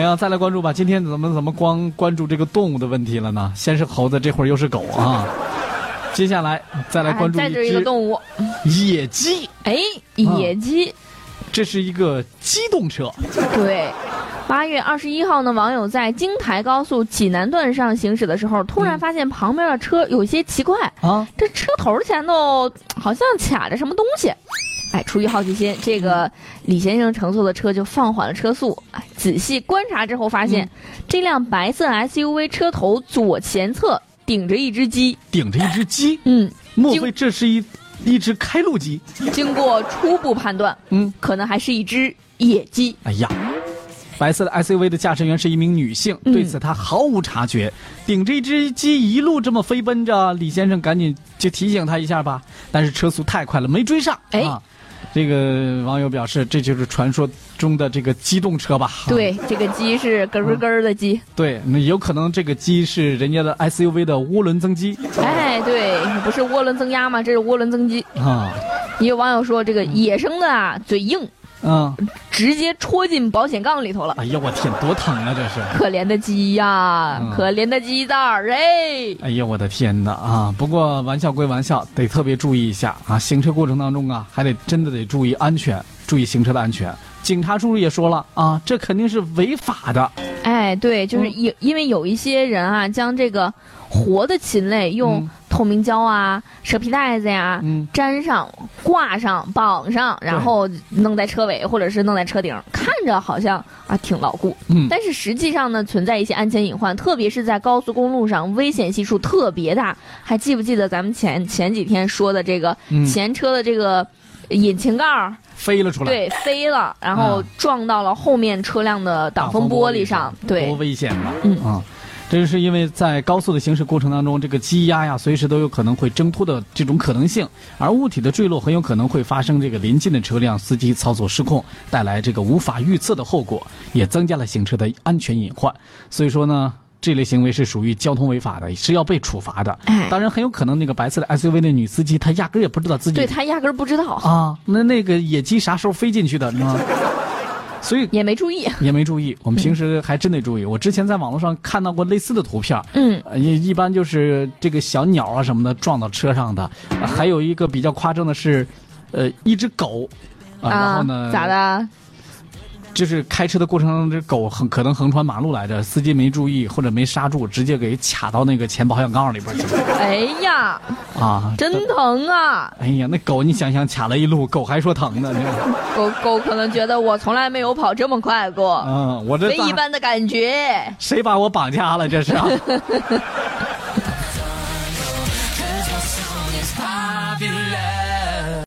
哎呀，再来关注吧。今天怎么怎么光关注这个动物的问题了呢？先是猴子，这会儿又是狗啊。接下来再来关注哎再一是一个只啊动物，野鸡，哎，野鸡。这是一个机动车。对，八月二十一号呢，网友在京台高速济南段上行驶的时候，嗯突然发现旁边的车有些奇怪，啊，这车头前头好像卡着什么东西。哎，出于好奇心，这嗯个李先生乘坐的车就放缓了车速。哎，仔细观察之后发现，嗯这辆白色 SUV 车头左前侧顶着一只鸡。顶着一只鸡，嗯，莫非这是一一只开路鸡？经过初步判断，嗯，可能还是一只野鸡。哎呀，白色的 SUV 的驾驶员是一名女性，嗯对此她毫无察觉，顶着一只鸡一路这么飞奔着，李先生赶紧就提醒她一下吧，但是车速太快了，没追上。哎啊这个网友表示，这就是传说中的这个机动车吧？啊对，这个鸡是咯咯咯的鸡。对，那有可能这个鸡是人家的 SUV 的涡轮增肌哎，对，不是涡轮增压吗？这是涡轮增肌。啊，也有网友说，这个野生的啊，嘴硬，嗯，直接戳进保险杠里头了。哎呀，我天，多疼啊，这是。可怜的鸡呀、嗯可怜的鸡蛋儿哎！哎呀，我的天哪啊！不过玩笑归玩笑，得特别注意一下啊。行车过程当中啊，还得真的得注意安全，注意行车的安全。警察叔叔也说了啊，这肯定是违法的。哎，对，就是嗯因、因为有一些人啊，将这个活的禽类用嗯透明胶啊、蛇皮袋子呀、嗯粘上、挂上、绑上，然后弄在车尾或者是弄在车顶，看着好像啊挺牢固，嗯但是实际上呢，存在一些安全隐患，特别是在高速公路上，危险系数特别大。还记不记得咱们前前几天说的这个、嗯前车的这个引擎盖儿飞了出来，对飞了，然后啊撞到了后面车辆的挡风玻璃上，对多，危险呐！嗯啊，这是因为在高速的行驶过程当中，这个积压呀，随时都有可能会挣脱的这种可能性，而物体的坠落很有可能会发生这个临近的车辆司机操作失控，带来这个无法预测的后果，也增加了行车的安全隐患。所以说呢。这类行为是属于交通违法的，是要被处罚的哎。当然，很有可能那个白色的 SUV 的女司机，她压根儿也不知道自己对他压根儿不知道，啊，那那个野鸡啥时候飞进去的，你知 道吗？所以也没注意。也没注嗯意，我们平时还真得注意。我之前在网络上看到过类似的图片，嗯呃一一般就是这个小鸟啊什么的撞到车上的，呃还有一个比较夸张的是，呃，一只狗，啊、然后啊呢，，咋？的？就是开车的过程中，这狗很可能横穿马路来着，司机没注意或者没刹住，直接给卡到那个前保险杠里边去了哎呀，啊！真疼啊！哎呀，那狗你想想，卡了一路，狗还说疼呢，你看，狗狗可能觉得我从来没有跑这么快过。嗯，我这非大一般的感觉。谁把我绑架了？这是、啊。 Cause my song is popular.